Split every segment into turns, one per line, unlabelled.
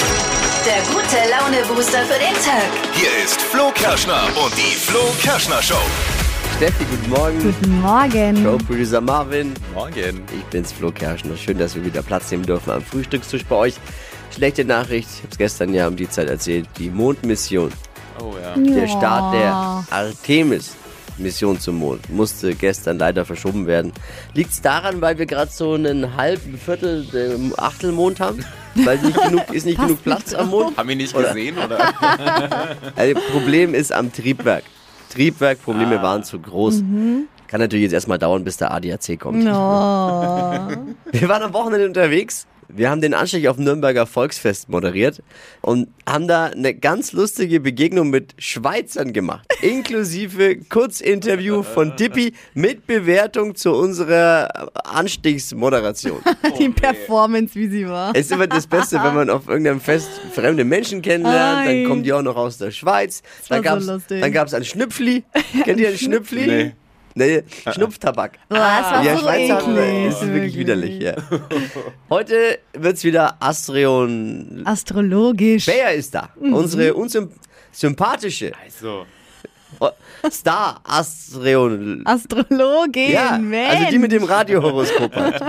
Der gute Laune-Booster für den Tag.
Hier ist Flo Kerschner und die Flo Kerschner Show.
Steffi, guten Morgen.
Guten Morgen.
Co-Producer Marvin.
Morgen.
Ich bin's, Flo Kerschner. Schön, dass wir wieder Platz nehmen dürfen am Frühstückstisch bei euch. Schlechte Nachricht, ich hab's gestern ja um die Zeit erzählt, die Mondmission,
Oh ja.
der Start der Artemis-Mission zum Mond, musste gestern leider verschoben werden. Liegt's daran, weil wir gerade so einen halben Viertel, ähm, Achtelmond haben? Weil nicht genug, ist nicht genug Platz am Mond?
Haben wir nicht
Oder-
gesehen oder?
Also, Problem ist am Triebwerk. Triebwerkprobleme waren zu groß. Kann natürlich jetzt erstmal dauern, bis der ADAC
Mhm.
kommt.
Oh.
Wir waren am Wochenende unterwegs. Wir haben den Anstieg auf dem Nürnberger Volksfest moderiert und haben da eine ganz lustige Begegnung mit Schweizern gemacht. Inklusive Kurzinterview von Tippi mit Bewertung zu unserer Anstiegsmoderation.
Die Performance, wie sie war.
Es ist immer das Beste, wenn man auf irgendeinem Fest fremde Menschen kennenlernt, dann
Ei.
kommen die auch noch aus der Schweiz.
war
Dann
so
gab's,
lustig.
dann gab's einen Schnüpfli. Kennt ihr einen Schnüpfli?
Nee.
Nee, Schnupftabak.
Ah,
Ja,
das war
Schweizer
so eklig.
ist wirklich widerlich, ja. Heute wird's wieder Astrion.
Astrologisch.
Bär ist da.
Mhm.
Unsere unsympathische
Also,
Star Astrion.
Astrologin,
Ja,
Mensch.
also die mit dem Radiohoroskop halt.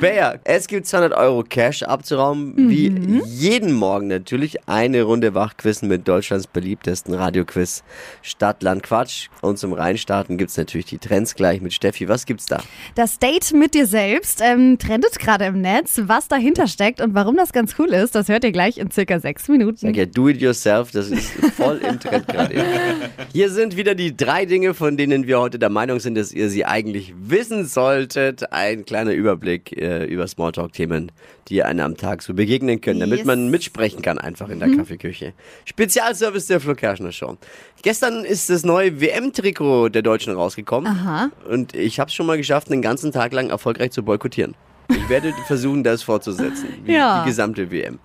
Bär, es gibt 200 Euro Cash abzurauben, wie jeden Morgen natürlich. Eine Runde Wachquissen mit Deutschlands beliebtesten Radioquiz Stadt, Land, Quatsch. Und zum Reinstarten gibt's natürlich die Trends gleich mit Steffi. Was gibt's da?
Das Date mit dir selbst ähm, trendet gerade im Netz. Was dahinter steckt und warum das ganz cool ist, das hört ihr gleich in circa sechs Minuten.
Sag ja, do it yourself, das ist voll im Trend gerade. eben. Hier sind wieder die drei Dinge, von denen wir heute der Meinung sind, dass ihr sie eigentlich wissen solltet. Ein kleiner Überblick äh, über Smalltalk-Themen, die einem am Tag so begegnen können, damit
Yes. Mhm.
man mitsprechen kann einfach in der Kaffeeküche. Spezialservice der Flo Kerschner Show. Gestern ist das neue WM-Trikot der Deutschen rausgekommen.
Aha.
Und ich habe es schon mal geschafft, einen ganzen Tag lang erfolgreich zu boykottieren. Ich werde versuchen, das fortzusetzen. Wie
Ja.
Die gesamte WM.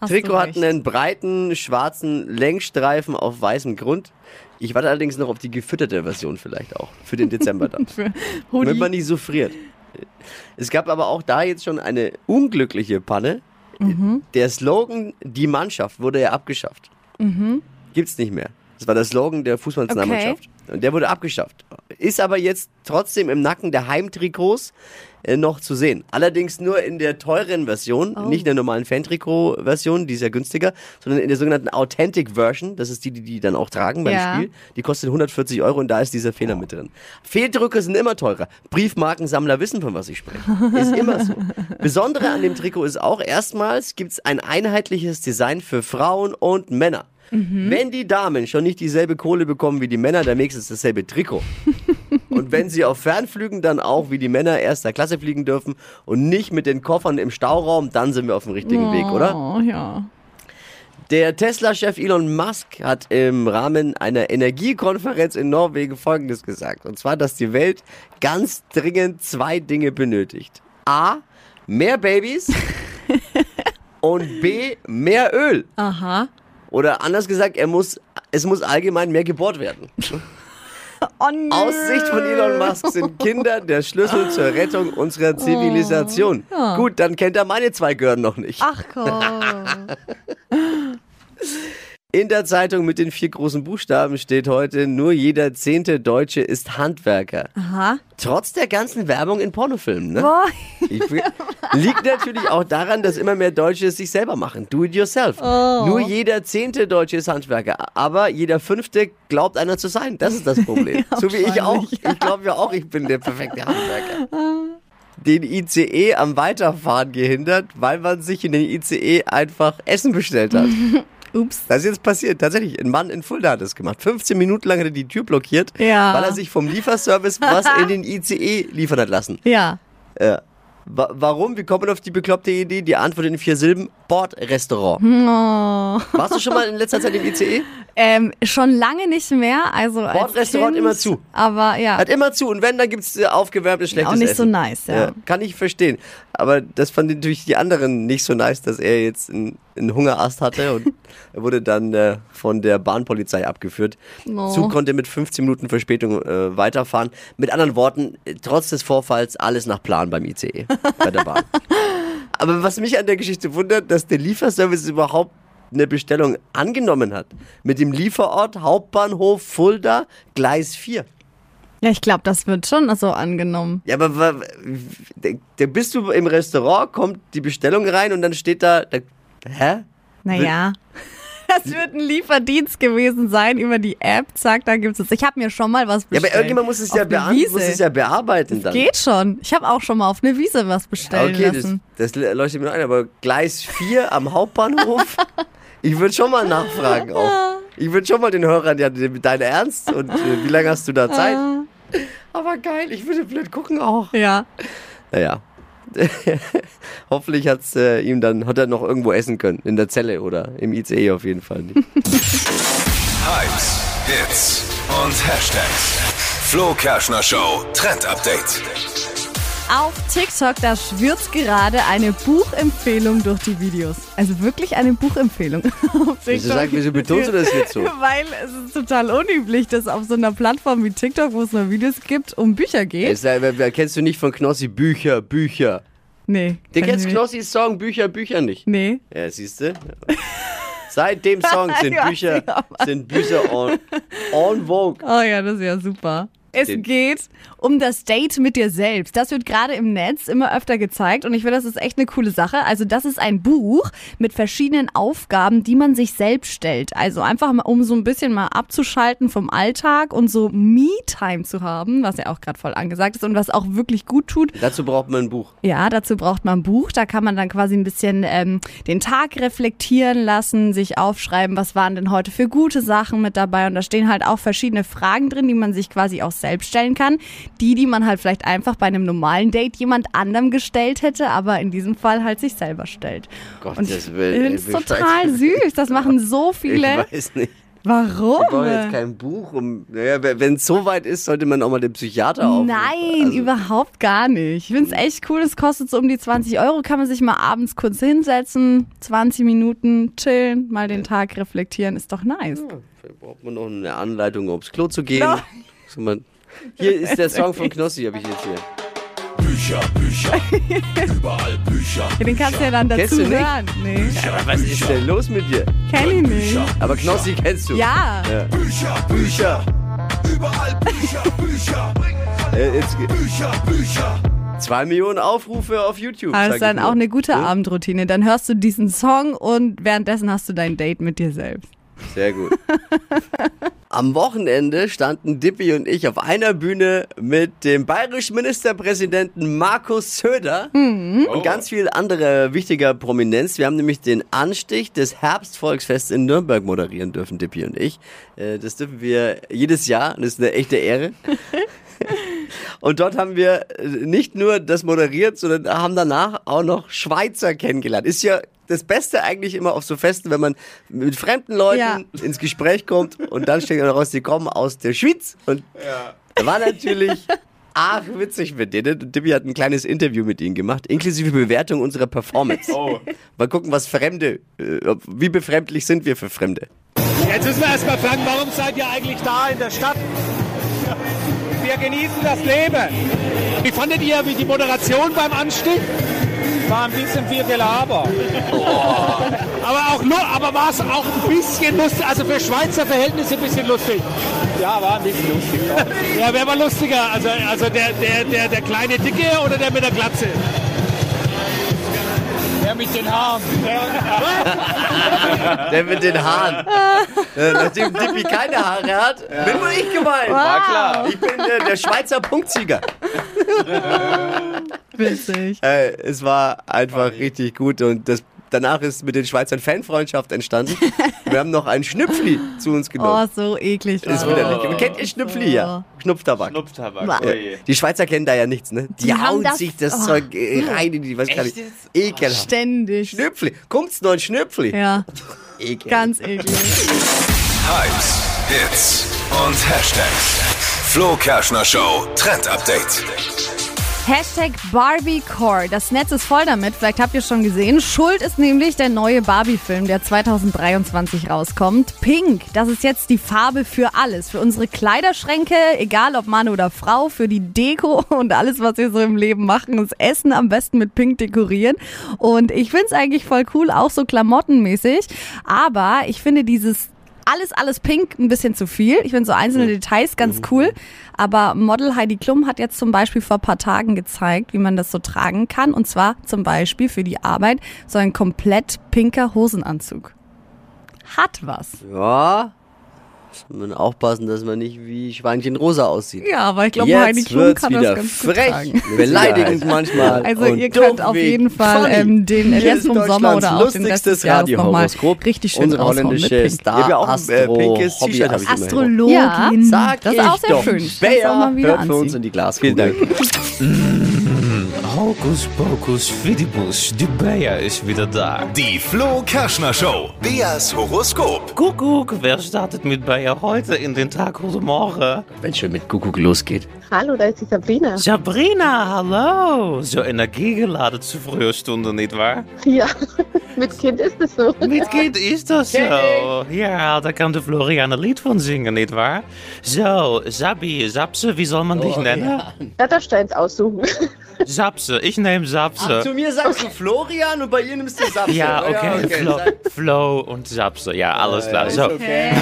Hast du
Trikot hat
recht.
einen breiten, schwarzen Längsstreifen auf weißem Grund. Ich warte allerdings noch auf die gefütterte Version vielleicht auch. Für den Dezember dann.
Für
damit man
Hoodie.
nicht so friert. Es gab aber auch da jetzt schon eine unglückliche Panne.
Mhm.
Der Slogan, die Mannschaft, wurde ja abgeschafft.
Mhm.
Gibt's nicht mehr. Das war der Slogan der Fußballnationalmannschaft. Und der wurde abgeschafft. Ist aber jetzt trotzdem im Nacken der Heimtrikots äh, noch zu sehen. Allerdings nur in der teuren Version,
Oh.
nicht in der normalen Fantrikot-Version, die ist ja günstiger, sondern in der sogenannten Authentic Version. Das ist die, die die dann auch tragen beim
Ja.
Spiel. Die kostet 140 Euro und da ist dieser Fehler mit drin. Fehldrücke sind immer teurer. Briefmarkensammler wissen, von was ich spreche. Ist immer so. Besondere an dem Trikot ist auch, erstmals gibt's ein einheitliches Design für Frauen und Männer. Wenn die Damen schon nicht dieselbe Kohle bekommen wie die Männer, dann wenigstens dasselbe Trikot. Und wenn sie auf Fernflügen dann auch wie die Männer erster Klasse fliegen dürfen und nicht mit den Koffern im Stauraum, dann sind wir auf dem richtigen Weg, oder?
Oh, ja.
Der Tesla-Chef Elon Musk hat im Rahmen einer Energiekonferenz in Norwegen Folgendes gesagt. Und zwar, dass die Welt ganz dringend zwei Dinge benötigt. A, mehr Babys und B, mehr Öl.
Aha.
Oder anders gesagt, er muss, es muss allgemein mehr gebohrt werden.
Oh, nö.
Aus Sicht von Elon Musk sind Kinder der Schlüssel zur Rettung unserer Zivilisation. Gut, dann kennt er meine zwei Gören noch nicht.
Ach komm.
In der Zeitung mit den vier großen Buchstaben steht heute, nur jeder zehnte Deutsche ist Handwerker.
Aha.
Trotz der ganzen Werbung in Pornofilmen, ne?
Boah.
Ich, liegt natürlich auch daran, dass immer mehr Deutsche es sich selber machen. Do it yourself. Nur jeder zehnte Deutsche ist Handwerker, aber jeder fünfte glaubt einer zu sein. Das ist das Problem. so wie ich auch. Ich glaube ja auch, ich bin der perfekte Handwerker. Den ICE am Weiterfahren gehindert, weil man sich in den ICE einfach Essen bestellt hat.
Ups.
Das ist jetzt passiert. Tatsächlich, ein Mann in Fulda hat es gemacht. 15 Minuten lang hat er die Tür blockiert,
Ja.
weil er sich vom Lieferservice was in den ICE liefern hat lassen.
Ja.
Ja. Wa warum? Wie kommt man auf die bekloppte Idee? Die Antwort in vier Silben: Bordrestaurant.
Oh.
Warst du schon mal in letzter Zeit im E? ICE?
Ähm, schon lange nicht mehr. Also als
Bordrestaurant
kind,
immer zu.
Aber ja,
Hat immer zu und wenn, dann gibt's äh, aufgewärmtes schlechtes
auch nicht so
Essen.
nice, ja.
Kann ich verstehen. Aber das fanden natürlich die anderen nicht so nice, dass er jetzt einen, einen Hungerast hatte und er wurde dann äh, von der Bahnpolizei abgeführt.
Oh.
Zug konnte mit 15 Minuten Verspätung äh, weiterfahren. Mit anderen Worten, äh, trotz des Vorfalls alles nach Plan beim E, ICE, bei der Bahn. Aber was mich an der Geschichte wundert, dass der Lieferservice überhaupt eine Bestellung angenommen hat. Mit dem Lieferort Hauptbahnhof Fulda, Gleis 4.
Ja, ich glaube, das wird schon so angenommen.
Ja, aber wa- da da bist du im Restaurant, kommt die Bestellung rein und dann steht da, da hä?
Naja. Das wird ein Lieferdienst gewesen sein über die App. Zack, da gibt's es. Ich habe mir schon mal was
Ja,
bestellt.
aber irgendjemand muss es, ja,
Auf eine
bear muss
Wiese.
es ja bearbeiten dann.
Geht schon. Ich habe auch schon mal auf eine Wiese was
Ja,
bestellen
okay, das,
lassen.
das leuchtet mir noch ein, aber Gleis 4 am Hauptbahnhof? Ich würde schon mal nachfragen auch. Ich würde schon mal den Hörern, ja, de- dein Ernst und äh, wie lange hast du da Zeit?
Ah.
Aber geil, ich würde blöd gucken auch.
Ja.
Naja. Hoffentlich hat's äh, ihm dann, hat er noch irgendwo essen können. In der Zelle oder im ICE auf jeden Fall nicht.
Hypes, Hits und Hashtags. Flo Kerschner Show Trend Update.
Auf TikTok, da schwirrt gerade eine Buchempfehlung durch die Videos. Also wirklich eine Buchempfehlung. Auf
Wieso,
TikTok.
sag, wieso betonst du das jetzt so?
Weil es ist total unüblich, dass auf so einer Plattform wie TikTok, wo es nur Videos gibt, um Bücher geht.
Es, Äh, sei- wer- wer kennst du nicht von Knossi Bücher, Bücher.
Nee.
Den
kann ich
kennst
nicht.
Knossis Song Bücher, Bücher nicht.
Nee.
Ja, siehst du? Seit dem Song sind
Ich weiß
Bücher,
nicht, ob-
sind Bücher on, on Vogue.
Oh ja, das ist ja super. Es
Den-
geht um das Date mit dir selbst. Das wird gerade im Netz immer öfter gezeigt und ich finde, das ist echt eine coole Sache. Also das ist ein Buch mit verschiedenen Aufgaben, die man sich selbst stellt. Also einfach mal, um so ein bisschen mal abzuschalten vom Alltag und so Me-Time zu haben, was ja auch gerade voll angesagt ist und was auch wirklich gut tut.
Dazu braucht man ein Buch.
Ja, dazu braucht man ein Buch. Da kann man dann quasi ein bisschen ähm, den Tag reflektieren lassen, sich aufschreiben, was waren denn heute für gute Sachen mit dabei. Und da stehen halt auch verschiedene Fragen drin, die man sich quasi auch selbst stellen kann. Die, die man halt vielleicht einfach bei einem normalen Date jemand anderem gestellt hätte, aber in diesem Fall halt sich selber stellt.
Gottes
Und ich
Willen, ey,
finde es
wie
total
scheiße.
süß. Das machen so viele.
Ich weiß nicht.
Warum?
Wir brauchen jetzt kein Buch. Um, naja, wenn es so weit ist, sollte man auch mal den Psychiater aufrufen.
Nein,
Also, hm.
überhaupt gar nicht. Ich finde es echt cool. Es kostet so um die 20 Euro. Kann man sich mal abends kurz hinsetzen, 20 Minuten chillen, mal den Tag reflektieren. Ist doch nice.
Hm. vielleicht braucht man noch eine Anleitung, ums Klo zu gehen.
Genau.
So, man- Hier ist der Song von Knossi, habe ich jetzt hier.
Bücher, Bücher, überall Bücher.
Ja, den kannst du ja dann
Kennst
dazu
du nicht?
hören. Nee,
Was ist denn los mit dir?
kenn ich nicht.
Aber Knossi kennst du.
Ja,
Bücher, Bücher, überall Bücher, Bücher.
Äh, jetzt, ge-
Bücher, Bücher.
zwei Millionen Aufrufe auf YouTube. sag
aber Ah, das
ich
ist Also dann
nur.
auch eine gute
Ja?
Abendroutine. Dann hörst du diesen Song und währenddessen hast du dein Date mit dir selbst.
Sehr gut. Am Wochenende standen Dippy und ich auf einer Bühne mit dem bayerischen Ministerpräsidenten Markus Söder und ganz viel andere wichtiger Prominenz. Wir haben nämlich den Anstich des Herbstvolksfests in Nürnberg moderieren dürfen, Dippy und ich. Äh, Das dürfen wir jedes Jahr und das ist eine echte Ehre. Und dort haben wir äh, nicht nur das moderiert, sondern haben danach auch noch Schweizer kennengelernt. Ist ja das Beste eigentlich immer auf so Festen, wenn man mit fremden Leuten
Ja.
ins Gespräch kommt und dann stellt man raus, die kommen aus der Schweiz. Und war natürlich ach witzig mit denen. Und Dippy hat ein kleines Interview mit ihnen gemacht, inklusive Bewertung unserer Performance. Mal gucken, was Fremde, äh, ob- wie befremdlich sind wir für Fremde.
Jetzt müssen wir erstmal fragen, warum seid ihr eigentlich da in der Stadt? Wir genießen das Leben. Wie fandet ihr die Moderation beim Anstieg? War ein bisschen viel Gelaber. Oh. Aber auch nur, aber war es auch ein bisschen lustig, also für Schweizer Verhältnisse ein bisschen lustig. Ja, war ein bisschen lustig. ja, wer war lustiger? Also, also der, der, der, der kleine Dicke oder der mit der Glatze? Der mit den Haaren.
Der mit den Haaren. Äh, Nachdem Dippy keine Haare hat, bin wohl ich gemeint.
War
klar. Ich bin äh, der Schweizer Punktsieger.
Witzig.
Äh, es war einfach richtig gut und das, danach ist mit den Schweizern Fanfreundschaft entstanden. Wir haben noch einen Schnüpfli zu uns
Oh,
genommen.
so eklig.
Das ist
war das.
widerlich. Kennt ihr Schnüpfli ja?
Oh.
Schnupftabak.
Schnupftabak. oh
Ja.
oje.
Die Schweizer kennen da ja nichts, ne? Die,
Die haben
hauen
das-
sich das
oh.
Zeug äh, rein in die, weiß gar nicht.
Echt jetzt?
Ekelhaft.
Ständig.
Schnüpfli. Kommt's noch ein Schnüpfli?
Ja,
Ekelhaft.
ganz eklig.
Hypes, Hits und Hashtags. Flo Kerschner Show Trend Update.
Hashtag Barbiecore. Das Netz ist voll damit. Vielleicht habt ihr es schon gesehen. Schuld ist nämlich der neue Barbie-Film, der 2023 rauskommt. Pink, das ist jetzt die Farbe für alles. Für unsere Kleiderschränke, egal ob Mann oder Frau, für die Deko und alles, was wir so im Leben machen. Das Essen am besten mit Pink dekorieren. Und ich find's eigentlich voll cool, auch so klamottenmäßig. Aber ich finde dieses alles, alles pink, ein bisschen zu viel. Ich finde so einzelne Details
Mhm.
ganz cool. Aber Model Heidi Klum hat jetzt zum Beispiel vor ein paar Tagen gezeigt, wie man das so tragen kann. Und zwar zum Beispiel für die Arbeit so ein komplett pinker Hosenanzug. Hat was.
Ja. Muss man aufpassen, dass man nicht wie Schweinchen Rosa aussieht.
Ja, aber ich glaube,
Jetzt
Heidi Klum
wird's
kann
wieder
das ganz gut
frech,
tragen.
beleidigend manchmal.
Also
und
ihr könnt
durchweg
auf jeden Fall
funny.
ähm, den
Hier
Rest
ist
vom Sommer
Deutschlands
oder auch den Rest
lustigstes
des Jahres nochmal
Radiohoroskop.
richtig schön
Unsere
raushauen mit
holländische
Pink.
Star
Ich hab ja auch ein, äh,
Astro
pinkes
Hobby
T-Shirt hab ich
Astro
immerhin.
Astrologin.
Ja,
Sag
Hm, das
ich
ist auch sehr
doch.
schön. Ich kann's
Bea
auch mal wieder
hört für uns
anziehen.
in die Glaskugel. Vielen Dank.
Hocus pocus fidibus, die Bea is weer daar.
Die Flo Kerschner Show. Beas Horoskop.
Kuckuck, wer startet mit Bea heute in den Tag heute Morgen?
Wenn schon mit Kuckuck losgeht.
Hallo, da ist die Sabrina.
Sabrina, hallo! Zo energiegeladen zu früher Stunde, nietwaar?
Ja, mit Kind ist es so.
Mit Kind ist das so. Ja, da kann de Florian een Lied von singen, nietwaar? So, Sabi, Sapse, wie soll man dich nennen?
Da darfst du eins aussuchen.
Sapse, ich nehme Sapse.
mir sagst du Florian und bei ihr nimmst du Samstag.
Ah, Ja, okay, Flo, Flo und Sapse, ja, Oh, alles klar. So,
Ist okay.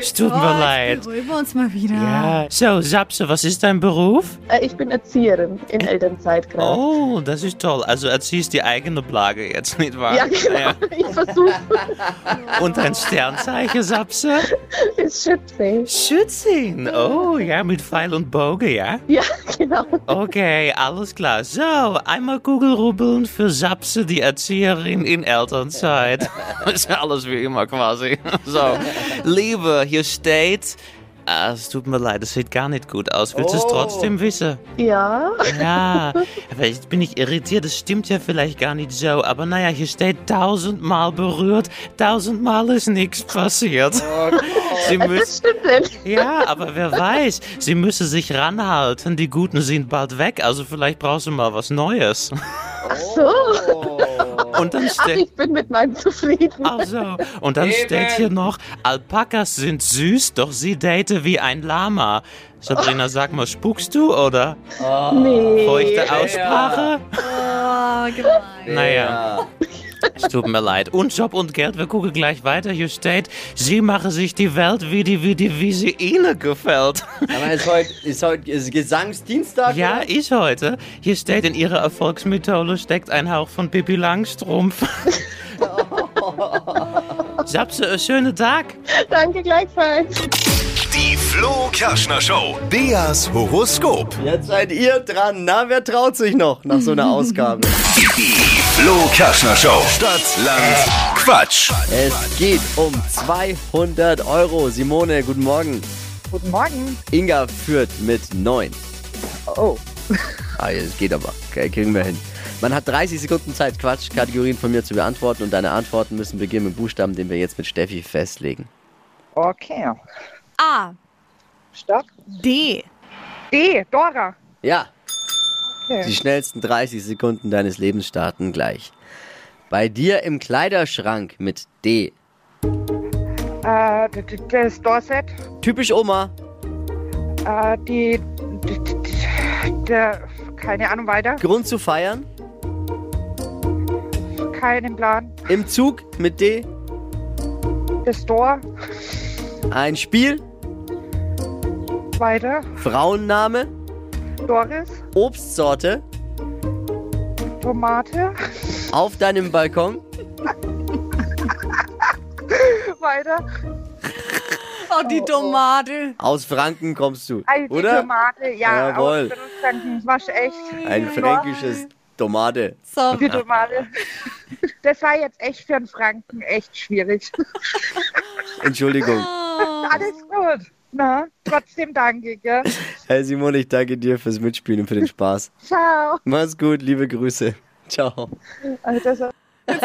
es tut mir leid.
Ah, Beruhigen wir uns mal wieder.
Ja, so, Sapse, was ist dein Beruf?
Äh, Ich bin Erzieherin in Elternzeit gerade.
Oh, das ist toll. Also erziehst die eigene Plage jetzt, nicht wahr?
Ja, genau. Ich versuche
Und dein Sternzeichen, Sapse?
es schützen.
Schützin. Oh, ja, mit Pfeil und Bogen, ja?
Ja, genau.
Okay, alles klar. So, einmal Kugelrubbeln für Sapse, die Erzieherin in Elternzeit. Ist alles wie immer quasi. So, Liebe, hier steht... Ah, es tut mir leid, es sieht gar nicht gut aus. Willst du es
Oh.
trotzdem wissen?
Ja,
Ja, aber jetzt bin ich irritiert. Das stimmt ja vielleicht gar nicht so. Aber naja, hier steht tausendmal berührt. Tausendmal ist nichts passiert. Sie
das
müssen,
stimmt denn.
ja, aber wer weiß. Sie müssen sich ranhalten. Die Guten sind bald weg. Also vielleicht brauchst du mal was Neues.
Ach so.
Und dann
Ach,
steht...
ich bin mit meinem zufrieden.
Ach so. Und dann steht hier noch, Alpakas sind süß, doch sie daten wie ein Lama. Sabrina, sag mal, spuckst du oder?
Nee.
Feuchte Aussprache?
Oh, gemein.
Naja. Es tut mir leid. Und Job und Geld, wir gucken gleich weiter. Hier steht, sie machen sich die Welt, wie, die, wie, die, wie sie ihnen gefällt.
Aber ist heute, ist heute ist Gesangsdienstag?
Ja,
oder?
ich heute. Hier steht, in ihrer Erfolgsmethode steckt ein Hauch von Pippi Langstrumpf. Sapse, einen schönen Tag.
Danke gleichfalls.
Die Flo Kerschner Show. Beas Horoskop.
Jetzt seid ihr dran. Na, wer traut sich noch nach so einer Ausgabe?
Die Flo Kerschner Show. Stadt, Land, Quatsch.
es geht um 200 Euro. Simone, guten Morgen.
Guten Morgen.
Inga führt mit 9.
Oh,
Ah, es geht aber. Okay, kriegen wir hin. Man hat 30 Sekunden Zeit, Quatschkategorien von mir zu beantworten und deine Antworten müssen beginnen mit Buchstaben, den wir jetzt mit Steffi festlegen.
okay.
A.
Stopp.
D.
D, Dora.
Ja, die
Okay.
schnellsten 30 Sekunden deines Lebens starten gleich. Bei dir im Kleiderschrank mit D.
Äh, d- d- das Dorset.
Typisch Oma.
Äh, die, d- d- d- der, keine Ahnung weiter.
Grund zu feiern.
Keinen Plan.
Im Zug mit D.
Das Dor.
Ein Spiel.
Weiter.
Frauenname.
Doris.
Obstsorte.
Tomate.
Auf deinem Balkon.
Weiter.
Oh, die Tomate.
Aus Franken kommst du.
Ei, die
Oder?
Tomate, ja.
Jawohl.
aus Berufsständen, wasch echt.
Ein fränkisches Tomate.
Sorry.
Die Tomate. Das war jetzt echt für einen Franken echt schwierig.
Entschuldigung.
Ah,
Alles gut. Na, trotzdem danke, gell?
Hey Simone, ich danke dir fürs Mitspielen und für den Spaß.
Ciao.
Mach's gut, liebe Grüße. Ciao.
Also das
Jetzt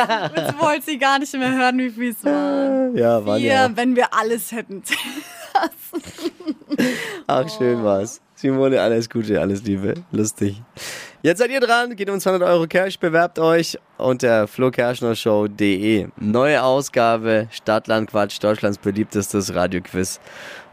wollte sie gar nicht mehr hören, wie viel es war.
Ja, war ja.
wenn wir alles hätten.
Ach, schön war's. Simone, alles Gute, alles Liebe. Lustig. Jetzt seid ihr dran. Geht um 200 Euro Cash. Bewerbt euch unter flokerschnershow.de. Neue Ausgabe Stadtlandquatsch, Deutschlands beliebtestes Radioquiz.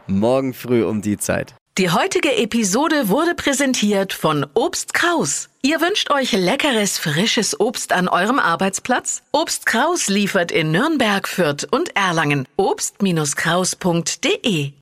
Morgen früh um die Zeit.
Die heutige Episode wurde präsentiert von Obst Kraus. Ihr wünscht euch leckeres, frisches Obst an eurem Arbeitsplatz? Obst Kraus liefert in Nürnberg, Fürth und Erlangen. Obst-Kraus.de